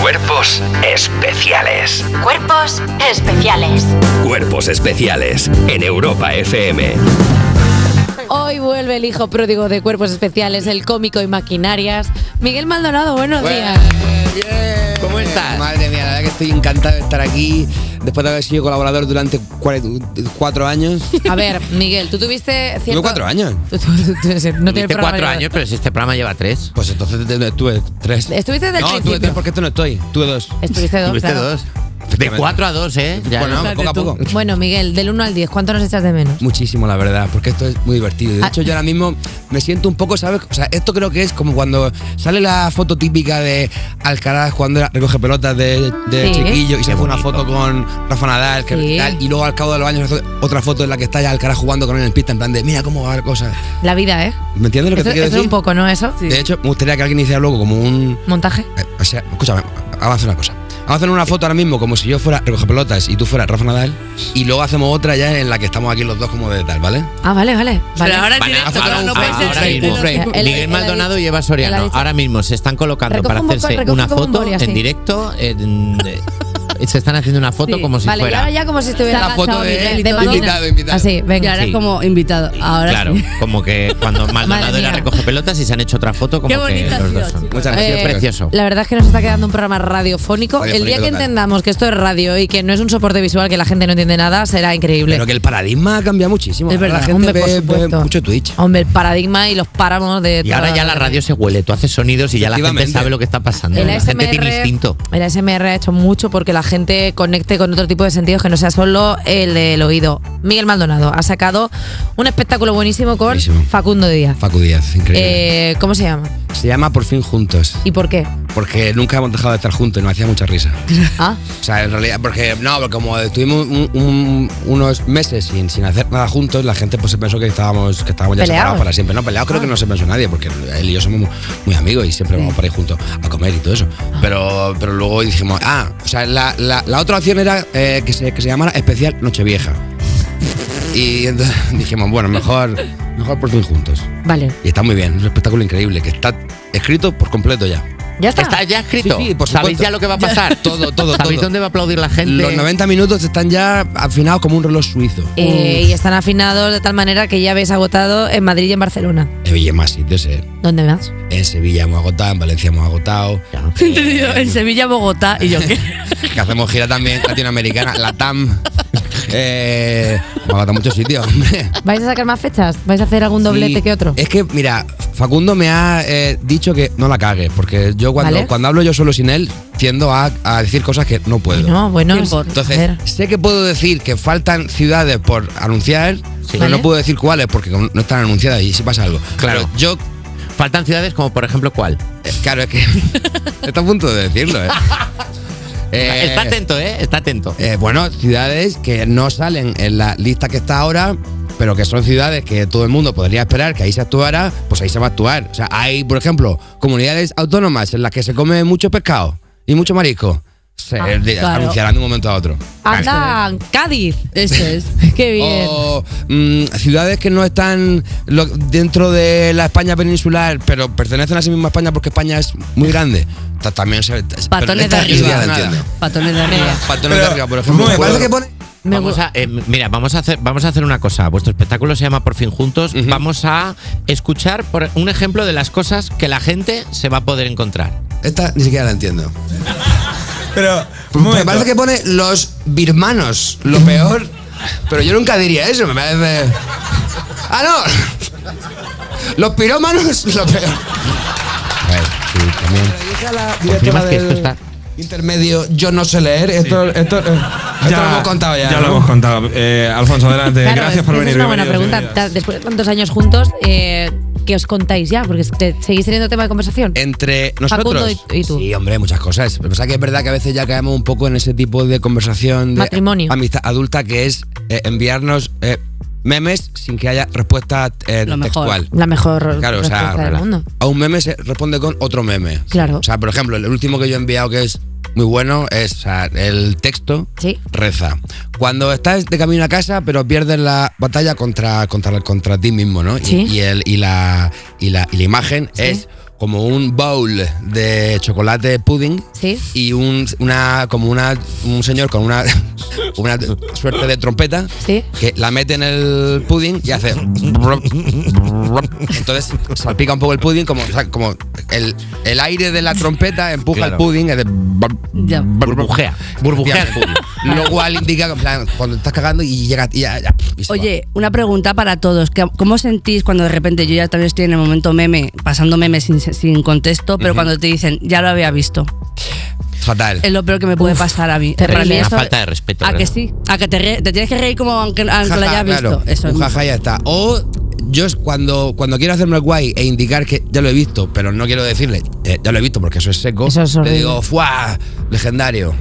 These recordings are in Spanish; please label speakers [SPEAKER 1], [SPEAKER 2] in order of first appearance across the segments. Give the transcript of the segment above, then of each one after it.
[SPEAKER 1] Cuerpos especiales.
[SPEAKER 2] Cuerpos especiales.
[SPEAKER 1] Cuerpos especiales en Europa FM.
[SPEAKER 3] Hoy vuelve el hijo pródigo de cuerpos especiales, el cómico y maquinarias. Miguel Maldonado, buenos días.
[SPEAKER 4] Bien.
[SPEAKER 5] ¿Cómo estás?
[SPEAKER 4] Madre mía, la verdad que estoy encantado de estar aquí después de haber sido colaborador durante cuare- cuatro años.
[SPEAKER 3] A ver, Miguel, tú tuviste cierto...
[SPEAKER 4] Tuve cuatro años.
[SPEAKER 3] Tú- tú- tú- tú- no tienes
[SPEAKER 5] Tuviste
[SPEAKER 3] programa
[SPEAKER 5] cuatro
[SPEAKER 3] ni-
[SPEAKER 5] años, pero si este programa lleva tres.
[SPEAKER 4] Pues entonces te- te- tuve tres.
[SPEAKER 3] Estuviste desde el
[SPEAKER 4] no, tuve
[SPEAKER 3] principio.
[SPEAKER 4] tres porque esto no estoy. Tuve dos.
[SPEAKER 3] Estuviste dos,
[SPEAKER 5] Tuviste
[SPEAKER 3] claro.
[SPEAKER 5] dos. De cuatro a dos, ¿eh? Ya,
[SPEAKER 4] Bueno,
[SPEAKER 5] ya.
[SPEAKER 4] poco a poco.
[SPEAKER 3] Bueno, Miguel, del 1 al 10, ¿cuánto nos echas de menos?
[SPEAKER 4] Muchísimo, la verdad, porque esto es muy divertido. De
[SPEAKER 3] Ah.
[SPEAKER 4] hecho, yo ahora mismo me siento un poco, ¿sabes? O sea, esto creo que es como cuando sale la foto típica de Alcaraz cuando era- recoge pelotas de,
[SPEAKER 3] Sí.
[SPEAKER 4] de chiquillo y se
[SPEAKER 5] Qué
[SPEAKER 4] fue una
[SPEAKER 5] bonito.
[SPEAKER 4] foto con Rafa Nadal, que
[SPEAKER 3] Sí.
[SPEAKER 4] tal, y luego al cabo de los años hace otra foto en la que está ya Alcaraz jugando con él en pista, en plan de, mira cómo va a haber cosas.
[SPEAKER 3] La vida, ¿eh?
[SPEAKER 4] ¿Me entiendes lo que
[SPEAKER 3] Eso,
[SPEAKER 4] te quiero
[SPEAKER 3] eso
[SPEAKER 4] decir?
[SPEAKER 3] un poco, ¿no? Eso.
[SPEAKER 4] De hecho, me gustaría que alguien hiciera luego como un...
[SPEAKER 3] Montaje.
[SPEAKER 4] eh, O sea, escúchame, avanza una cosa. Vamos a hacer una foto ahora mismo como si yo fuera recoge pelotas y tú fueras Rafa Nadal y luego hacemos otra ya en la que estamos aquí los dos como de tal, ¿vale?
[SPEAKER 3] Ah, vale, vale. vale.
[SPEAKER 6] Pero ahora en
[SPEAKER 5] Van a-
[SPEAKER 6] directo,
[SPEAKER 5] van a
[SPEAKER 6] no, no
[SPEAKER 5] un-
[SPEAKER 6] penséis
[SPEAKER 5] ahora
[SPEAKER 6] en
[SPEAKER 5] mismo.
[SPEAKER 6] el
[SPEAKER 3] Él- él ha
[SPEAKER 5] Miguel Maldonado
[SPEAKER 3] dicho-
[SPEAKER 5] y Eva
[SPEAKER 3] él ha
[SPEAKER 5] Soriano
[SPEAKER 3] dicho-
[SPEAKER 5] ahora mismo se están colocando
[SPEAKER 3] Recoge
[SPEAKER 5] para
[SPEAKER 3] un
[SPEAKER 5] hacerse
[SPEAKER 3] botón,
[SPEAKER 5] una
[SPEAKER 3] recoge un
[SPEAKER 5] foto
[SPEAKER 3] botón, sí.
[SPEAKER 5] en directo. en- de- se están haciendo una foto
[SPEAKER 6] Sí.
[SPEAKER 5] como si
[SPEAKER 3] vale, y
[SPEAKER 5] fuera.
[SPEAKER 3] ahora ya como si estuviera...
[SPEAKER 6] La foto de-
[SPEAKER 3] Miguel,
[SPEAKER 6] de
[SPEAKER 3] Madonna.
[SPEAKER 4] invitado, invitado.
[SPEAKER 3] Así,
[SPEAKER 6] Y
[SPEAKER 3] venga.
[SPEAKER 6] ahora
[SPEAKER 5] Sí.
[SPEAKER 6] como invitado. Ahora
[SPEAKER 5] Claro,
[SPEAKER 6] sí.
[SPEAKER 5] como que cuando Maldonado
[SPEAKER 3] Madre
[SPEAKER 5] era
[SPEAKER 3] mía.
[SPEAKER 5] recoge pelotas y se han hecho otra foto como
[SPEAKER 6] Qué
[SPEAKER 5] que
[SPEAKER 6] bonita ha
[SPEAKER 5] los
[SPEAKER 6] sido,
[SPEAKER 5] dos son.
[SPEAKER 6] chicos.
[SPEAKER 4] Muchas
[SPEAKER 5] Ha sido
[SPEAKER 4] gracias.
[SPEAKER 5] precioso.
[SPEAKER 3] Eh, La verdad es que nos está quedando un programa radiofónico.
[SPEAKER 4] Radiofónico
[SPEAKER 3] el día que
[SPEAKER 4] total.
[SPEAKER 3] entendamos que esto es radio y que no es un soporte visual que la gente no entiende nada, será increíble.
[SPEAKER 4] Pero que el paradigma ha cambiado muchísimo.
[SPEAKER 3] es verdad,
[SPEAKER 4] la gente
[SPEAKER 3] hombre,
[SPEAKER 4] ve,
[SPEAKER 3] por
[SPEAKER 4] ve
[SPEAKER 3] supuesto.
[SPEAKER 4] mucho Twitch.
[SPEAKER 3] Hombre, el paradigma y los páramos de
[SPEAKER 5] Y ahora
[SPEAKER 3] toda-
[SPEAKER 5] ya la radio se huele, tú haces sonidos y ya la gente
[SPEAKER 4] Efectivamente.
[SPEAKER 5] sabe lo que está pasando.
[SPEAKER 3] El
[SPEAKER 5] La gente tiene
[SPEAKER 3] ASMR,
[SPEAKER 5] instinto.
[SPEAKER 3] el ASMR ha hecho mucho porque la gente conecte con otro tipo de sentidos que no sea solo el del oído. Miguel Maldonado ha sacado un espectáculo buenísimo con
[SPEAKER 4] Buenísimo.
[SPEAKER 3] Facundo Díaz.
[SPEAKER 4] Facu Díaz, increíble.
[SPEAKER 3] Eh, ¿Cómo se llama?
[SPEAKER 4] se llama Por fin juntos.
[SPEAKER 3] ¿Y por qué?
[SPEAKER 4] Porque nunca hemos dejado de estar juntos y nos hacía mucha risa.
[SPEAKER 3] Ah,
[SPEAKER 4] O sea, en realidad, porque no, porque como estuvimos un- un- unos meses sin, sin hacer nada juntos, la gente pues se pensó que estábamos, que estábamos ya
[SPEAKER 3] Peleados.
[SPEAKER 4] separados para siempre. No, peleados creo que no se pensó nadie, porque él y yo somos muy, muy amigos y siempre vamos para ir juntos a comer y todo eso. Pero, pero luego dijimos, ah, o sea, la, la- la otra opción era eh, que, se, que se llamara especial Nochevieja. Y entonces dijimos, bueno, mejor, mejor por fin juntos.
[SPEAKER 3] vale.
[SPEAKER 4] Y está muy bien, es un espectáculo increíble que está escrito por completo ya.
[SPEAKER 3] Ya está.
[SPEAKER 5] Está ya escrito.
[SPEAKER 4] Sí, sí, por
[SPEAKER 5] ¿Sabéis
[SPEAKER 4] supuesto.
[SPEAKER 5] ya lo que va a pasar?
[SPEAKER 4] Todo, todo,
[SPEAKER 5] ¿Sabéis
[SPEAKER 4] todo.
[SPEAKER 5] dónde va a aplaudir la gente?
[SPEAKER 4] Los 90 minutos están ya afinados como un reloj suizo.
[SPEAKER 3] Eh, y están afinados de tal manera que ya habéis agotado en Madrid y en Barcelona.
[SPEAKER 4] Oye, más sitios, eh.
[SPEAKER 3] ¿Dónde más?
[SPEAKER 4] En Sevilla hemos agotado, en Valencia hemos agotado.
[SPEAKER 6] Entendido, En Sevilla, Bogotá y yo qué.
[SPEAKER 4] Que hacemos gira también latinoamericana, la TAM. Eh, hemos agotado muchos sitios, hombre.
[SPEAKER 3] ¿Vais a sacar más fechas? ¿Vais a hacer algún doblete
[SPEAKER 4] Sí.
[SPEAKER 3] que otro?
[SPEAKER 4] Es que, mira, Facundo me ha eh, dicho que no la cague, porque yo cuando,
[SPEAKER 3] Vale.
[SPEAKER 4] cuando hablo yo solo sin él, tiendo a, a decir cosas que no puedo.
[SPEAKER 3] No, bueno.
[SPEAKER 6] Tiempo.
[SPEAKER 3] es- a
[SPEAKER 4] Entonces,
[SPEAKER 3] ver.
[SPEAKER 4] sé que puedo decir que faltan ciudades por anunciar, pero
[SPEAKER 3] Vale.
[SPEAKER 4] no puedo decir cuáles porque como no están anunciadas y si pasa algo.
[SPEAKER 5] Claro.
[SPEAKER 4] Pero yo
[SPEAKER 5] Faltan ciudades como, por ejemplo, ¿cuál?
[SPEAKER 4] Eh, Claro, es que está a punto de decirlo, ¿eh? Eh,
[SPEAKER 5] Está atento, ¿eh? Está atento.
[SPEAKER 4] eh, bueno, ciudades que no salen en la lista que está ahora, pero que son ciudades que todo el mundo podría esperar que ahí se actuara, pues ahí se va a actuar. O sea, hay, por ejemplo, comunidades autónomas en las que se come mucho pescado y mucho marisco. Se eh, de-
[SPEAKER 6] claro.
[SPEAKER 4] anunciarán de un momento a otro.
[SPEAKER 3] ¡Anda! ¡Cádiz!
[SPEAKER 6] Eso es.
[SPEAKER 3] ¡Qué bien!
[SPEAKER 4] O mm, ciudades que no están lo- dentro de la España peninsular, pero pertenecen a esa misma España porque España es muy grande. Ta- También se.
[SPEAKER 6] Patones de
[SPEAKER 4] pero-
[SPEAKER 6] arriba.
[SPEAKER 4] Nada.
[SPEAKER 6] Patones de arriba. Eh,
[SPEAKER 4] Patones de arriba, por ejemplo.
[SPEAKER 7] me parece
[SPEAKER 4] Puedo-
[SPEAKER 7] que pone.
[SPEAKER 3] Me
[SPEAKER 5] Vamos
[SPEAKER 3] gu-
[SPEAKER 5] a, eh, mira, vamos a, hacer, vamos a hacer una cosa. Vuestro espectáculo se llama Por fin Juntos.
[SPEAKER 4] Ujú.
[SPEAKER 5] Vamos a escuchar por un ejemplo de las cosas que la gente se va a poder encontrar.
[SPEAKER 4] Esta ni siquiera la entiendo.
[SPEAKER 7] Pero.
[SPEAKER 4] Me parece que pone los birmanos, lo peor. Pero yo nunca diría eso, me parece. ¡Ah, no! Los pirómanos, lo peor. Dije a la directora
[SPEAKER 5] Confirmas que esto
[SPEAKER 4] del
[SPEAKER 5] está-
[SPEAKER 4] intermedio, yo no sé leer. Esto, esto, eh, esto lo hemos contado ya.
[SPEAKER 7] Ya lo
[SPEAKER 4] ¿no?
[SPEAKER 7] hemos contado. Eh, Alfonso, adelante.
[SPEAKER 3] Claro,
[SPEAKER 7] Gracias por
[SPEAKER 3] esa
[SPEAKER 7] venir.
[SPEAKER 3] Es una buena
[SPEAKER 7] bienvenidos,
[SPEAKER 3] pregunta.
[SPEAKER 7] bienvenidas.
[SPEAKER 3] Después de tantos años juntos, eh, ¿qué os contáis ya? Porque te- seguís teniendo tema de conversación.
[SPEAKER 4] entre
[SPEAKER 3] Facundo
[SPEAKER 4] nosotros
[SPEAKER 3] y- y tú.
[SPEAKER 4] Sí, hombre, muchas cosas. Pero pasa que es verdad que a veces ya caemos un poco en ese tipo de conversación de
[SPEAKER 3] Matrimonio.
[SPEAKER 4] amistad adulta que es eh, enviarnos eh, memes sin que haya respuesta eh,
[SPEAKER 6] Lo mejor.
[SPEAKER 4] textual.
[SPEAKER 3] La mejor
[SPEAKER 4] Claro, o
[SPEAKER 3] respuesta
[SPEAKER 4] sea,
[SPEAKER 3] del mundo.
[SPEAKER 4] a un meme se responde con otro meme.
[SPEAKER 3] Claro.
[SPEAKER 4] O sea, por ejemplo, el último que yo he enviado que es muy bueno es o sea, el texto
[SPEAKER 3] Sí.
[SPEAKER 4] reza. Cuando estás de camino a casa, pero pierdes la batalla contra, contra, contra ti mismo, ¿no? Y-
[SPEAKER 3] Sí.
[SPEAKER 4] Y, el, y, la, y, la, y la imagen es como un bowl de chocolate pudding
[SPEAKER 3] Sí.
[SPEAKER 4] y un, una, como una, un señor con una, una suerte de trompeta
[SPEAKER 3] Sí.
[SPEAKER 4] que la mete en el pudding y hace. Entonces salpica un poco el pudding, como, o sea, como el, el aire de la trompeta empuja
[SPEAKER 5] Claro.
[SPEAKER 4] el pudding. hace
[SPEAKER 6] Ya.
[SPEAKER 5] Burbujea. Burbujea el
[SPEAKER 4] Efectivamente. Lo cual indica que en plan, cuando estás cagando y llega. y ya- ya, y se va.
[SPEAKER 6] Oye, una pregunta para todos. ¿Qué- ¿Cómo sentís cuando de repente yo ya también estoy en el momento meme, pasando memes sin, sin contexto, pero cuando te dicen, ya lo había visto?
[SPEAKER 4] fatal.
[SPEAKER 6] Es lo peor que me puede pasar a mí.
[SPEAKER 3] terrible.
[SPEAKER 6] Para mí
[SPEAKER 3] Una
[SPEAKER 6] eso-
[SPEAKER 5] falta de respeto,
[SPEAKER 6] A
[SPEAKER 5] creo.
[SPEAKER 6] que sí. A que te, re- te tienes que reír como aunque, aunque
[SPEAKER 4] Jaja,
[SPEAKER 6] lo hayas visto.
[SPEAKER 4] claro.
[SPEAKER 6] Eso ¿eh? es
[SPEAKER 4] Un
[SPEAKER 6] muy-
[SPEAKER 4] jaja ya está. O yo es cuando, cuando quiero hacerme el guay e indicar que ya lo he visto, pero no quiero decirle, eh, ya lo he visto porque eso es seco,
[SPEAKER 3] Eso es
[SPEAKER 4] le
[SPEAKER 3] horrible.
[SPEAKER 4] digo, ¡fuah! Legendario.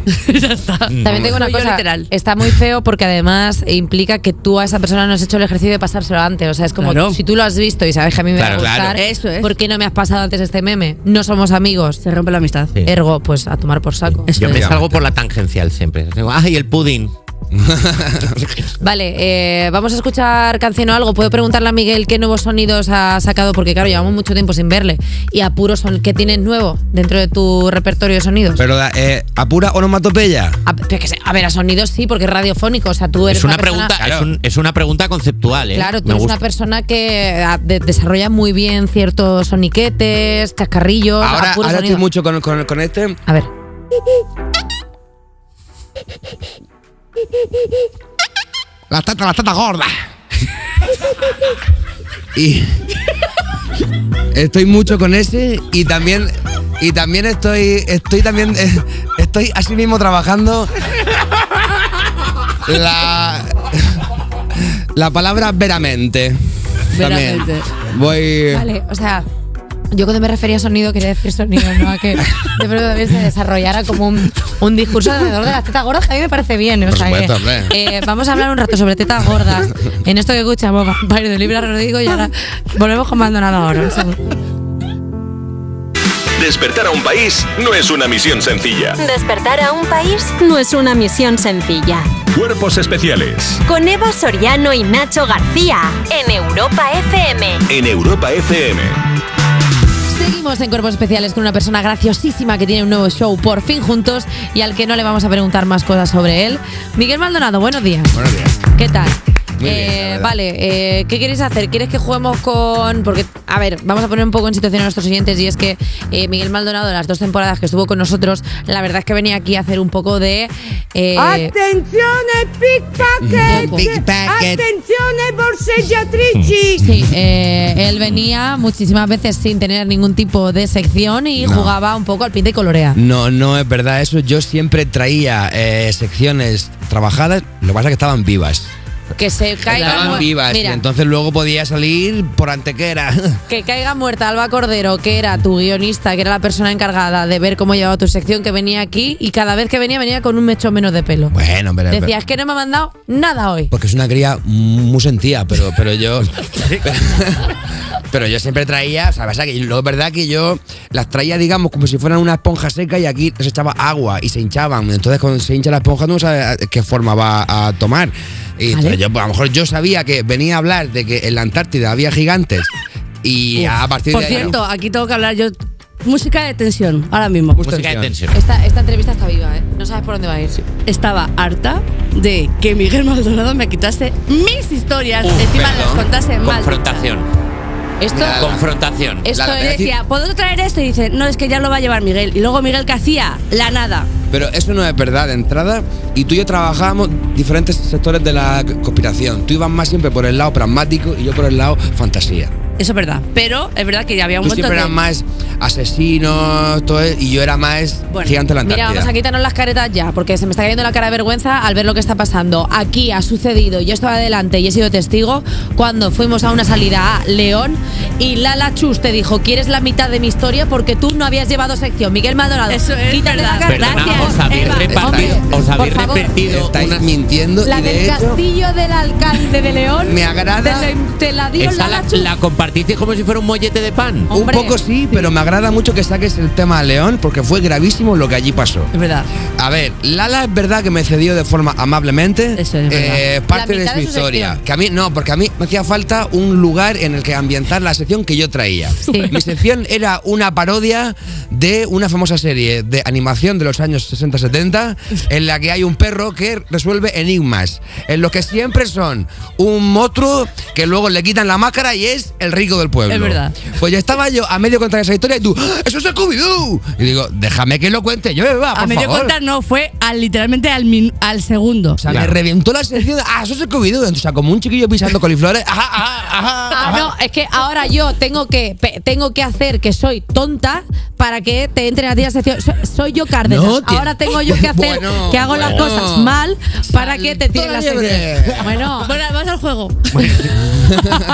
[SPEAKER 3] También tengo una
[SPEAKER 6] Soy yo
[SPEAKER 3] cosa,
[SPEAKER 6] literal.
[SPEAKER 3] está muy feo porque además implica que tú a esa persona no has hecho el ejercicio de pasárselo antes, o sea, es como
[SPEAKER 6] Claro.
[SPEAKER 3] si tú lo has visto y sabes que a mí me
[SPEAKER 5] Claro,
[SPEAKER 3] va a
[SPEAKER 5] claro.
[SPEAKER 3] gustar,
[SPEAKER 6] Eso es.
[SPEAKER 3] ¿por qué no me has pasado antes este meme? No somos amigos.
[SPEAKER 6] Se rompe la amistad. Eh,
[SPEAKER 5] Sí.
[SPEAKER 3] Ergo, pues a tomar por saco.
[SPEAKER 6] Eso
[SPEAKER 5] Yo
[SPEAKER 6] es.
[SPEAKER 5] me
[SPEAKER 4] este.
[SPEAKER 5] salgo por la tangencial siempre. Digo, Ay, el pudding.
[SPEAKER 3] Vale, eh, vamos a escuchar canción o algo. Puedo preguntarle a Miguel qué nuevos sonidos ha sacado, porque claro, llevamos mucho tiempo sin verle. Y a puro son, ¿qué tienes nuevo dentro de tu repertorio de sonidos?
[SPEAKER 4] Pero la, eh, apura onomatopeya.
[SPEAKER 3] A, pero que se- a ver, a sonidos sí, porque es radiofónico. O sea, tú eres
[SPEAKER 5] Es una
[SPEAKER 3] persona-
[SPEAKER 5] pregunta, es, un- es una pregunta conceptual, ¿eh?
[SPEAKER 3] Claro, tú
[SPEAKER 5] Me
[SPEAKER 3] eres una
[SPEAKER 5] gusta.
[SPEAKER 3] persona que ah, de- desarrolla muy bien ciertos soniquetes, chascarrillos.
[SPEAKER 4] Ahora,
[SPEAKER 3] a puro
[SPEAKER 4] ahora estoy
[SPEAKER 3] sonido.
[SPEAKER 4] mucho con, con- con este.
[SPEAKER 3] A ver.
[SPEAKER 4] Las tatas, las tatas gordas. y. Estoy mucho con ese y también. Y también estoy. Estoy también. eh, Estoy así mismo trabajando. La. La palabra veramente. También.
[SPEAKER 6] Veramente.
[SPEAKER 4] Voy.
[SPEAKER 3] Vale, o sea. Yo cuando me refería a sonido quería decir sonido, ¿no? A que de pronto también se desarrollara como un, un discurso alrededor de las tetas gordas, que a mí me parece bien. o
[SPEAKER 4] Por
[SPEAKER 3] sea que,
[SPEAKER 4] supuesto, hombre.
[SPEAKER 3] eh, vamos a hablar un rato sobre tetas gordas. En esto que escuchamos, Vampiro de Libra Rodrigo, y ahora volvemos con Maldonado ahora. un segundo.
[SPEAKER 8] Despertar a un país no es una misión sencilla.
[SPEAKER 2] Despertar a un país no es una misión sencilla.
[SPEAKER 8] Cuerpos especiales
[SPEAKER 2] Con Eva Soriano y Nacho García en Europa FM.
[SPEAKER 8] en Europa FM.
[SPEAKER 3] Seguimos en Cuerpos Especiales con una persona graciosísima que tiene un nuevo show por fin juntos y al que no le vamos a preguntar más cosas sobre él. Miguel Maldonado, buenos días.
[SPEAKER 4] Buenos días.
[SPEAKER 3] ¿Qué tal?
[SPEAKER 4] Muy
[SPEAKER 3] Eh,
[SPEAKER 4] bien, la verdad.
[SPEAKER 3] vale, eh, ¿qué queréis hacer? ¿Quieres que juguemos con.? Porque, a ver, vamos a poner un poco en situación a nuestros oyentes y es que eh, Miguel Maldonado, las dos temporadas que estuvo con nosotros, la verdad es que venía aquí a hacer un poco de. eh,
[SPEAKER 9] Attenzione pickpocket!
[SPEAKER 4] Pickpocket.
[SPEAKER 9] Attenzione borseggiatrici!
[SPEAKER 3] sí, eh, él venía muchísimas veces sin tener ningún tipo de sección y
[SPEAKER 4] No.
[SPEAKER 3] jugaba un poco al pinte y colorea.
[SPEAKER 4] No, no es verdad eso. Yo siempre traía eh, secciones trabajadas, lo que pasa es que estaban vivas.
[SPEAKER 3] Que se caiga.
[SPEAKER 4] Estaban
[SPEAKER 3] mu-
[SPEAKER 4] vivas.
[SPEAKER 3] Mira,
[SPEAKER 4] Y entonces luego podía salir por antequera.
[SPEAKER 3] Que caiga muerta Alba Cordero, que era tu guionista, que era la persona encargada de ver cómo llevaba tu sección, que venía aquí y cada vez que venía venía con un mecho menos de pelo.
[SPEAKER 4] Bueno, pero. pero-
[SPEAKER 3] Decías que no me ha mandado nada hoy.
[SPEAKER 4] porque es una cría muy sentida, pero, pero yo. pero yo siempre traía. O sea, pasa que lo es verdad que yo las traía, digamos, como si fueran una esponja seca y aquí les echaba agua y se hinchaban. Entonces, cuando se hincha la esponja, no sabes a- qué forma va a tomar. Y entonces yo, pues, a lo mejor yo sabía que venía a hablar de que en la Antártida había gigantes. Y a partir
[SPEAKER 6] Por
[SPEAKER 4] de ahí.
[SPEAKER 6] cierto, aquí tengo que hablar yo. Música de tensión, ahora mismo.
[SPEAKER 4] Pues-
[SPEAKER 5] Música de tensión.
[SPEAKER 3] Esta, esta entrevista está viva, ¿eh? No sabes por dónde va a ir.
[SPEAKER 6] Estaba harta de que Miguel Maldonado me quitase mis historias,
[SPEAKER 5] Uf,
[SPEAKER 6] encima
[SPEAKER 5] perdón.
[SPEAKER 6] las contase mal.
[SPEAKER 5] Confrontación.
[SPEAKER 3] Esto,
[SPEAKER 4] Nada.
[SPEAKER 5] Confrontación.
[SPEAKER 3] esto
[SPEAKER 4] Nada,
[SPEAKER 6] Yo
[SPEAKER 3] es-
[SPEAKER 6] decía, ¿puedo traer esto? Y dice, no, es que ya lo va a llevar Miguel. Y luego Miguel, ¿qué hacía? La nada.
[SPEAKER 4] Pero eso no es verdad de entrada. Y tú y yo trabajábamos diferentes sectores de la c- conspiración. Tú ibas más siempre por el lado pragmático y yo por el lado fantasía.
[SPEAKER 6] Eso es verdad. Pero es verdad que ya había
[SPEAKER 4] Tú
[SPEAKER 6] un montón
[SPEAKER 4] siempre
[SPEAKER 6] de...
[SPEAKER 4] eras más asesino todo eso, y yo era más
[SPEAKER 6] Bueno,
[SPEAKER 4] gigante de la
[SPEAKER 3] Mira,
[SPEAKER 4] Antártida.
[SPEAKER 3] vamos a quitarnos las caretas ya, porque se me está cayendo la cara de vergüenza al ver lo que está pasando. Aquí ha sucedido, yo estaba adelante y he sido testigo cuando fuimos a una salida a León y Lala Chus te dijo, ¿quieres la mitad de mi historia? Porque tú no habías llevado sección. Miguel Maldonado,
[SPEAKER 6] Eso es
[SPEAKER 3] quítate
[SPEAKER 6] verdad.
[SPEAKER 3] la cara.
[SPEAKER 5] Perdona, os
[SPEAKER 3] Gracias,
[SPEAKER 5] habéis
[SPEAKER 3] Eva.
[SPEAKER 5] repartido,
[SPEAKER 3] Hombre,
[SPEAKER 5] os habéis
[SPEAKER 3] por favor.
[SPEAKER 5] repartido
[SPEAKER 4] Estáis
[SPEAKER 5] una-
[SPEAKER 4] mintiendo
[SPEAKER 3] La
[SPEAKER 4] y de
[SPEAKER 3] del
[SPEAKER 4] hecho
[SPEAKER 3] castillo del alcalde de León.
[SPEAKER 4] me agrada.
[SPEAKER 3] Te, la- Oh. te la dio
[SPEAKER 5] Esa
[SPEAKER 3] Lala
[SPEAKER 5] la,
[SPEAKER 3] Chus.
[SPEAKER 5] la compartisteis como si fuera un mollete de pan.
[SPEAKER 4] Un
[SPEAKER 3] Hombre.
[SPEAKER 4] poco sí, pero me agrada mucho que saques el tema León porque fue gravísimo lo que allí pasó.
[SPEAKER 6] Es verdad.
[SPEAKER 4] A ver, Lala es verdad que me cedió de forma amablemente
[SPEAKER 6] Eso es verdad.
[SPEAKER 4] eh, parte
[SPEAKER 3] La
[SPEAKER 4] de
[SPEAKER 3] mitad
[SPEAKER 4] su
[SPEAKER 3] de su
[SPEAKER 4] historia.
[SPEAKER 3] sección.
[SPEAKER 4] Que a mí, no, porque a mí me hacía falta un lugar en el que ambientar la sección que yo traía. Mi sección era una parodia de una famosa serie de animación de los años 60-70 en la que hay un perro que resuelve enigmas, en los que siempre son un motro que luego le quitan la máscara y es el rico del pueblo.
[SPEAKER 6] Es verdad.
[SPEAKER 4] Pues ya estaba yo a medio contar esa historia y tú, ¡Ah, ¡eso es Scooby-Doo! Y digo, déjame que lo cuente yo, Eva, por
[SPEAKER 6] A medio
[SPEAKER 4] favor".
[SPEAKER 6] contar no, fue al, literalmente al, min- al segundo.
[SPEAKER 4] O sea,
[SPEAKER 5] Claro.
[SPEAKER 4] me reventó la sección. Ah, eso es el covid O sea, como un chiquillo pisando coliflores. Ajá, ajá, ajá.
[SPEAKER 3] Ah,
[SPEAKER 4] ajá.
[SPEAKER 3] no, es que ahora yo tengo que pe- tengo que hacer que soy tonta para que te entren a ti la sección. So- Soy, yo Cárdenas.
[SPEAKER 4] No, tío.
[SPEAKER 3] ahora tengo yo que hacer
[SPEAKER 4] Bueno,
[SPEAKER 3] que hago las
[SPEAKER 4] bueno.
[SPEAKER 3] cosas mal para que te tiren
[SPEAKER 4] la
[SPEAKER 3] la
[SPEAKER 4] liebre.
[SPEAKER 3] sección. Bueno,
[SPEAKER 6] Bueno, vamos al juego.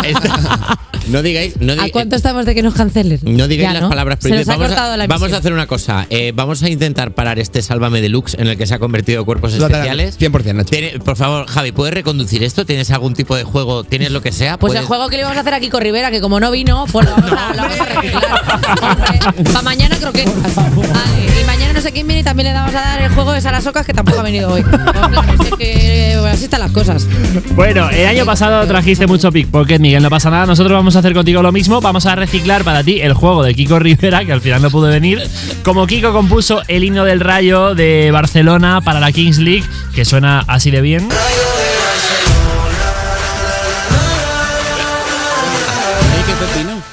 [SPEAKER 5] Esta- no digáis. No
[SPEAKER 3] ¿a
[SPEAKER 5] digáis-
[SPEAKER 3] cuánto estamos de que nos cancelen?
[SPEAKER 5] No digáis
[SPEAKER 3] Ya,
[SPEAKER 5] las palabras
[SPEAKER 3] Se nos
[SPEAKER 5] prohibidas.
[SPEAKER 3] ha
[SPEAKER 5] Vamos,
[SPEAKER 3] cortado
[SPEAKER 5] a,
[SPEAKER 3] la
[SPEAKER 5] vamos a
[SPEAKER 3] emisión.
[SPEAKER 5] hacer una cosa. Eh, vamos a intentar parar este Sálvame Deluxe en el que se ha convertido Cuerpos
[SPEAKER 4] Total,
[SPEAKER 5] Especiales.
[SPEAKER 4] 100%, Nacho.
[SPEAKER 5] Tiene- por favor, Javi, ¿puedes reconducir esto? ¿Tienes algún tipo de juego? ¿Tienes lo que sea?
[SPEAKER 3] Pues el
[SPEAKER 5] ¿Puedes-
[SPEAKER 3] juego que le íbamos a hacer aquí con Rivera, que como no vino, pues lo vamos a, lo vamos a reciclar. Para mañana creo que. y mañana no sé quién viene y también le vamos a dar el juego de Sarasocas, que tampoco ha venido hoy. Pues claro, es que eh, así están las cosas.
[SPEAKER 10] Bueno, el año pasado trajiste mucho pickpocket, Miguel, no pasa nada. Nosotros vamos a hacer contigo lo mismo. Vamos a reciclar para ti el juego de Kiko Rivera, que al final no pudo venir. Como Kiko compuso el himno del rayo de Barcelona para la Kings League, que suena así de bien.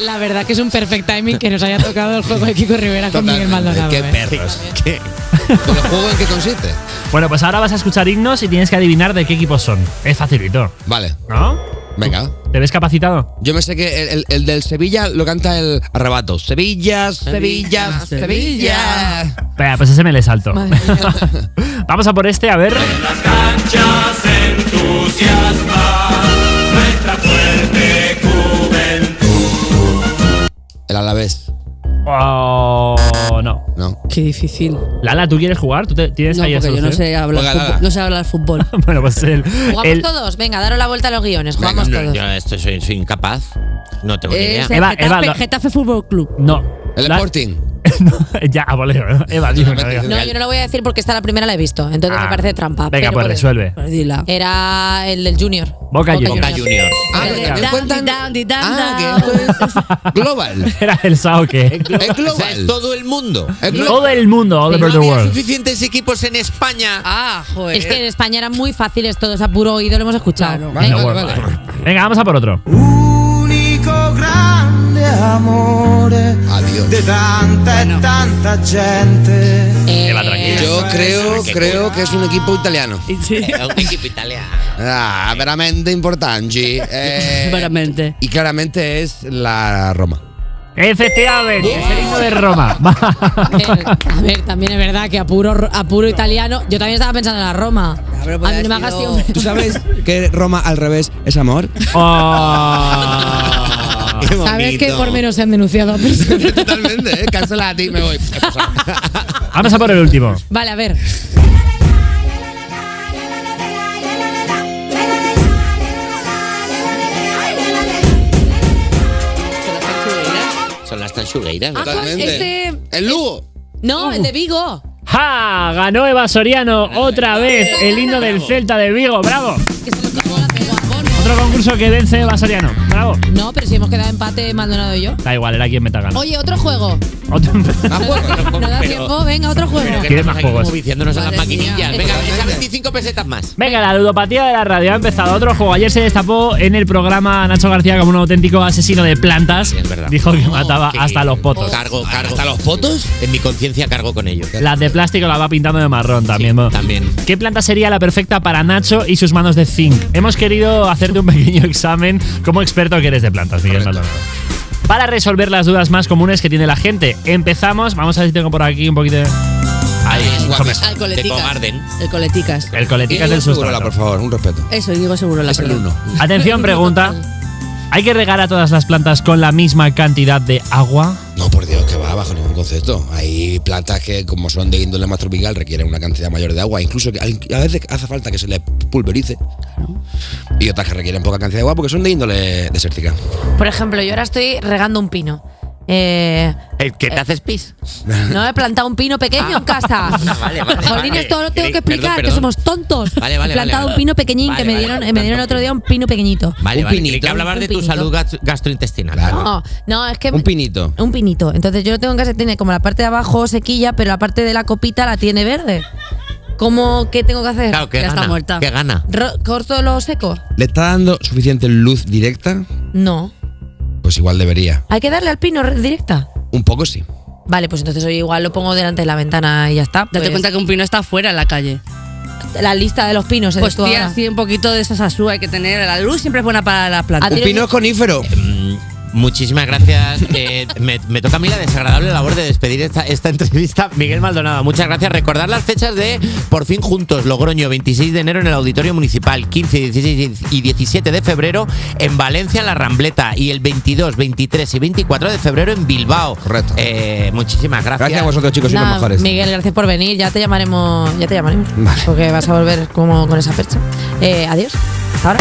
[SPEAKER 3] La verdad que es un perfect timing que nos haya tocado el juego de Kiko Rivera con
[SPEAKER 4] Total,
[SPEAKER 3] Miguel Maldonado.
[SPEAKER 4] Qué
[SPEAKER 3] ¿eh?
[SPEAKER 4] perros.
[SPEAKER 5] ¿Qué?
[SPEAKER 4] ¿Pero el juego en qué consiste?
[SPEAKER 10] Bueno, pues ahora vas a escuchar himnos y tienes que adivinar de qué equipos son. Es facilito,
[SPEAKER 4] Vale,
[SPEAKER 10] ¿no?
[SPEAKER 4] venga.
[SPEAKER 10] ¿Te ves capacitado?
[SPEAKER 4] Yo me sé que el, el- el del Sevilla lo canta el arrebato. Sevilla, Sevilla, Sevilla.
[SPEAKER 10] Espera, pues ese me le salto.
[SPEAKER 3] Madre
[SPEAKER 10] Vamos a por este, a ver.
[SPEAKER 4] El Alavés.
[SPEAKER 10] Oh, no.
[SPEAKER 4] No.
[SPEAKER 6] Qué difícil.
[SPEAKER 10] Lala, ¿tú quieres jugar? ¿Tú te- tienes
[SPEAKER 6] No,
[SPEAKER 10] ahí la
[SPEAKER 6] porque yo no
[SPEAKER 10] solución?
[SPEAKER 6] sé hablar,
[SPEAKER 4] Juega,
[SPEAKER 6] fútbol,
[SPEAKER 4] Lala.
[SPEAKER 6] no sé hablar fútbol.
[SPEAKER 10] Bueno, pues el.
[SPEAKER 3] ¿Jugamos
[SPEAKER 10] el-
[SPEAKER 3] todos? Venga, daros la vuelta a los guiones. Jugamos
[SPEAKER 5] No,
[SPEAKER 3] todos.
[SPEAKER 5] yo esto soy, soy incapaz. No tengo ni idea.
[SPEAKER 6] Es el
[SPEAKER 10] Eva,
[SPEAKER 6] Getafe,
[SPEAKER 10] Eva, lo-
[SPEAKER 6] Getafe Fútbol Club.
[SPEAKER 10] No.
[SPEAKER 4] El
[SPEAKER 10] La-
[SPEAKER 4] Sporting.
[SPEAKER 10] No, ya, a voleo. ¿no? Eva, dime una, venga.
[SPEAKER 3] No, yo no lo voy a decir porque esta la primera la he visto. Entonces
[SPEAKER 10] Ah.
[SPEAKER 3] me parece trampa.
[SPEAKER 10] Venga,
[SPEAKER 3] pero
[SPEAKER 10] pues
[SPEAKER 3] bueno.
[SPEAKER 10] resuelve.
[SPEAKER 6] Perdila.
[SPEAKER 4] Eh,
[SPEAKER 3] Era el del Junior.
[SPEAKER 10] Boca Juniors.
[SPEAKER 5] Boca Juniors.
[SPEAKER 4] Ah,
[SPEAKER 6] El
[SPEAKER 4] pero
[SPEAKER 6] de
[SPEAKER 4] también
[SPEAKER 6] down,
[SPEAKER 4] cuentan.
[SPEAKER 6] down, down,
[SPEAKER 4] Ah,
[SPEAKER 6] down.
[SPEAKER 4] que esto es global.
[SPEAKER 10] Era el Sao que.
[SPEAKER 4] Es
[SPEAKER 5] O sea, es
[SPEAKER 4] global.
[SPEAKER 5] todo el mundo.
[SPEAKER 4] Es global.
[SPEAKER 10] Todo el mundo, all
[SPEAKER 5] No
[SPEAKER 10] over the
[SPEAKER 5] había
[SPEAKER 10] world.
[SPEAKER 5] suficientes equipos en España.
[SPEAKER 6] Ah, joder.
[SPEAKER 3] Es que en España eran muy fáciles todos, a puro oído lo hemos escuchado.
[SPEAKER 4] Vale,
[SPEAKER 10] No,
[SPEAKER 4] vale,
[SPEAKER 10] bueno,
[SPEAKER 4] vale.
[SPEAKER 10] Venga, vamos a por otro.
[SPEAKER 11] Unico grande amore
[SPEAKER 4] Adiós.
[SPEAKER 11] de tanta e tanta gente.
[SPEAKER 3] Eh,
[SPEAKER 10] Eva, tranquila.
[SPEAKER 4] Yo creo, creo que es un equipo italiano.
[SPEAKER 5] Era un equipo italiano.
[SPEAKER 4] Ah, veramente importante. Eh,
[SPEAKER 6] Veramente.
[SPEAKER 4] Y claramente es la Roma.
[SPEAKER 10] Efectivamente, es el himno de Roma. Va.
[SPEAKER 3] Eh, A ver, también es verdad que a puro, ro- a puro italiano. Yo también estaba pensando en la Roma.
[SPEAKER 6] pero
[SPEAKER 3] A mí no me
[SPEAKER 6] podía
[SPEAKER 3] hagas
[SPEAKER 6] sido-
[SPEAKER 3] siempre-
[SPEAKER 4] ¿Tú sabes que Roma al revés es amor? Ah.
[SPEAKER 10] Oh.
[SPEAKER 5] Qué
[SPEAKER 3] Sabes
[SPEAKER 5] bonito.
[SPEAKER 3] que por menos se han denunciado a personas.
[SPEAKER 4] Totalmente, ¿eh? Cancela a ti, me voy.
[SPEAKER 10] Vamos a por el último.
[SPEAKER 3] Vale, a ver.
[SPEAKER 5] Son las tanchugueiras.
[SPEAKER 3] Ah,
[SPEAKER 5] ¿no?
[SPEAKER 4] Totalmente.
[SPEAKER 3] este-
[SPEAKER 4] El Lugo.
[SPEAKER 3] No, el de Vigo.
[SPEAKER 10] ¡Ja! Ganó Eva Soriano otra vez el himno del Celta de Vigo. ¡Bravo!
[SPEAKER 3] Que se lo quitó la pegó.
[SPEAKER 10] Otro concurso que vence Eva Soriano. ¡Bravo!
[SPEAKER 3] No, pero si hemos quedado empate Maldonado y yo.
[SPEAKER 10] Da igual, era quien meta gana.
[SPEAKER 3] Oye, otro juego.
[SPEAKER 10] Otro-
[SPEAKER 4] Ah, bueno.
[SPEAKER 3] No da
[SPEAKER 5] Pero-
[SPEAKER 3] tiempo, venga, otro juego.
[SPEAKER 5] Que
[SPEAKER 10] ¿Quieres
[SPEAKER 5] estamos
[SPEAKER 10] más
[SPEAKER 5] aquí
[SPEAKER 10] juegos?
[SPEAKER 5] como viciándonos a las
[SPEAKER 6] Madre mía.
[SPEAKER 5] maquinillas. Venga, echa 25 pesetas más.
[SPEAKER 10] Venga, la ludopatía de la radio ha empezado otro juego. Ayer se destapó en el programa Nacho García como un auténtico asesino de plantas.
[SPEAKER 5] Sí, es verdad. Oh,
[SPEAKER 10] Dijo que
[SPEAKER 5] No,
[SPEAKER 10] mataba
[SPEAKER 5] que-
[SPEAKER 10] hasta los potos.
[SPEAKER 5] Cargo, cargo.
[SPEAKER 4] ¿Hasta los potos?
[SPEAKER 5] En mi conciencia cargo con ello.
[SPEAKER 10] Las de plástico las va pintando de marrón también. ¿no?
[SPEAKER 5] también.
[SPEAKER 10] ¿Qué planta sería la perfecta para Nacho y sus manos de zinc? Hemos querido hacerte un pequeño examen como experto que eres de plantas, Miguel Maldonado. Para resolver las dudas más comunes que tiene la gente, empezamos. Vamos a ver si tengo por aquí un poquito de...
[SPEAKER 5] Ahí,
[SPEAKER 4] guapes.
[SPEAKER 6] Al
[SPEAKER 5] Teco
[SPEAKER 6] coleticas.
[SPEAKER 5] Garden.
[SPEAKER 6] El coleticas.
[SPEAKER 10] El coletica
[SPEAKER 4] Íñigo
[SPEAKER 10] del
[SPEAKER 4] Segurola,
[SPEAKER 10] sustrato.
[SPEAKER 4] por favor, un respeto.
[SPEAKER 6] Eso, digo seguro la
[SPEAKER 4] Es el
[SPEAKER 6] pelota.
[SPEAKER 4] uno.
[SPEAKER 10] Atención, pregunta. ¿Hay que regar a todas las plantas con la misma cantidad de agua?
[SPEAKER 4] No, por Dios, que va bajo ningún concepto. Hay plantas que, como son de índole más tropical, requieren una cantidad mayor de agua. Incluso que al- a veces hace falta que se les pulverice. Y otras que requieren poca cantidad de agua porque son de índole desértica.
[SPEAKER 3] Por ejemplo, yo ahora estoy regando un pino. Eh,
[SPEAKER 5] El que te haces pis.
[SPEAKER 3] no he plantado un pino pequeño en casa.
[SPEAKER 5] vale, vale,
[SPEAKER 3] Jolín,
[SPEAKER 5] vale.
[SPEAKER 3] esto lo tengo
[SPEAKER 5] Creí-
[SPEAKER 3] que explicar,
[SPEAKER 5] perdón,
[SPEAKER 3] que
[SPEAKER 5] perdón.
[SPEAKER 3] somos tontos.
[SPEAKER 5] Vale, vale,
[SPEAKER 3] he plantado
[SPEAKER 5] vale, vale.
[SPEAKER 3] un pino pequeñín que
[SPEAKER 5] Vale,
[SPEAKER 3] me
[SPEAKER 5] vale,
[SPEAKER 3] dieron, eh, me dieron el otro día un pino pequeñito.
[SPEAKER 5] Vale, vale. Creí que hablabas
[SPEAKER 3] un
[SPEAKER 5] de tu
[SPEAKER 3] pinito. Oh,
[SPEAKER 5] salud gas- gastrointestinal.
[SPEAKER 3] No, no, es que
[SPEAKER 4] Un pinito.
[SPEAKER 3] un pinito. Entonces yo lo tengo en casa, tiene como la parte de abajo sequilla, pero la parte de la copita la tiene verde. ¿Cómo qué tengo que hacer?
[SPEAKER 4] Claro, ¿qué
[SPEAKER 3] ya está
[SPEAKER 4] gana?
[SPEAKER 3] muerta.
[SPEAKER 4] ¿Qué gana?
[SPEAKER 3] Ro- ¿Corto lo seco?
[SPEAKER 4] ¿Le está dando suficiente luz directa?
[SPEAKER 3] No.
[SPEAKER 4] Pues igual debería.
[SPEAKER 3] Hay que darle al pino re- directa.
[SPEAKER 4] Un poco sí.
[SPEAKER 3] Vale, pues entonces hoy igual lo pongo delante de la ventana y ya está.
[SPEAKER 4] pues-
[SPEAKER 3] Pues
[SPEAKER 6] Date cuenta que un pino está fuera en la calle.
[SPEAKER 3] La lista de los pinos ¿eh? eres
[SPEAKER 6] Pues
[SPEAKER 3] tú
[SPEAKER 6] tía,
[SPEAKER 3] ahora.
[SPEAKER 6] sí, un poquito de esa sasúa hay que tener. La luz siempre es buena para las plantas.
[SPEAKER 4] conífero.
[SPEAKER 5] Muchísimas gracias. Eh, me, me toca a mí la desagradable labor de despedir esta, esta entrevista. Miguel Maldonado, muchas gracias. Recordar las fechas de Por fin Juntos, Logroño, 26 de enero en el Auditorio Municipal, 15, 16 y 17 de febrero en Valencia, en la Rambleta, y el 22, 23 y 24 de febrero en Bilbao. Correcto. muchísimas gracias.
[SPEAKER 4] Gracias a vosotros, chicos, sois los
[SPEAKER 3] Nada,
[SPEAKER 4] mejores.
[SPEAKER 3] Miguel, gracias por venir. Ya te llamaremos, ya te llamaremos. Porque vas a volver como con esa percha. Eh, adiós. Hasta ahora.